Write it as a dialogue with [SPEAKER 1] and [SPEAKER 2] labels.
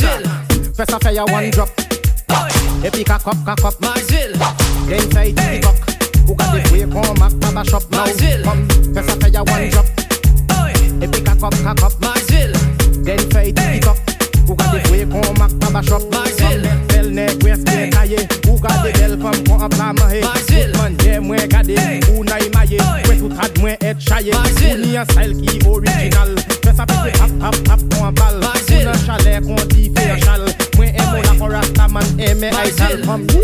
[SPEAKER 1] Fess a fire one drop. Hey, pick a cup, cock up.
[SPEAKER 2] Maxville,
[SPEAKER 1] Then say to the
[SPEAKER 2] Hey.
[SPEAKER 1] cock. Who got the way come back to the shop now?
[SPEAKER 2] Maxville.
[SPEAKER 1] Come, fess a fire one
[SPEAKER 2] Hey.
[SPEAKER 1] drop.
[SPEAKER 2] oi,
[SPEAKER 1] Hey, pick a cup, cock up.
[SPEAKER 2] Maxville,
[SPEAKER 1] Then say to the
[SPEAKER 2] Hey.
[SPEAKER 1] cock. Who got the
[SPEAKER 2] Oi.
[SPEAKER 1] way come back to the shop?
[SPEAKER 2] Maxville.
[SPEAKER 1] Come, Bell neck, west
[SPEAKER 2] Hey.
[SPEAKER 1] neck, aye. Who got the
[SPEAKER 2] Oi.
[SPEAKER 1] bell come come up on my head?
[SPEAKER 2] Maxville.
[SPEAKER 1] Man, yeah, mwen gade.
[SPEAKER 2] Hey.
[SPEAKER 1] Who na imaye?
[SPEAKER 2] Oi.
[SPEAKER 1] Kwe tout had mwen et chaye.
[SPEAKER 2] Maxville.
[SPEAKER 1] Who ni a style ki original? Fess a
[SPEAKER 2] Oi.
[SPEAKER 1] pick up, up, up, on bal.
[SPEAKER 2] Maxville.
[SPEAKER 1] Who na chalet kon ti fe a
[SPEAKER 2] Hey.
[SPEAKER 1] chal? Mwen e
[SPEAKER 2] Oi.
[SPEAKER 1] mou la for a staman, e me I
[SPEAKER 2] Maxville.
[SPEAKER 1] shall come.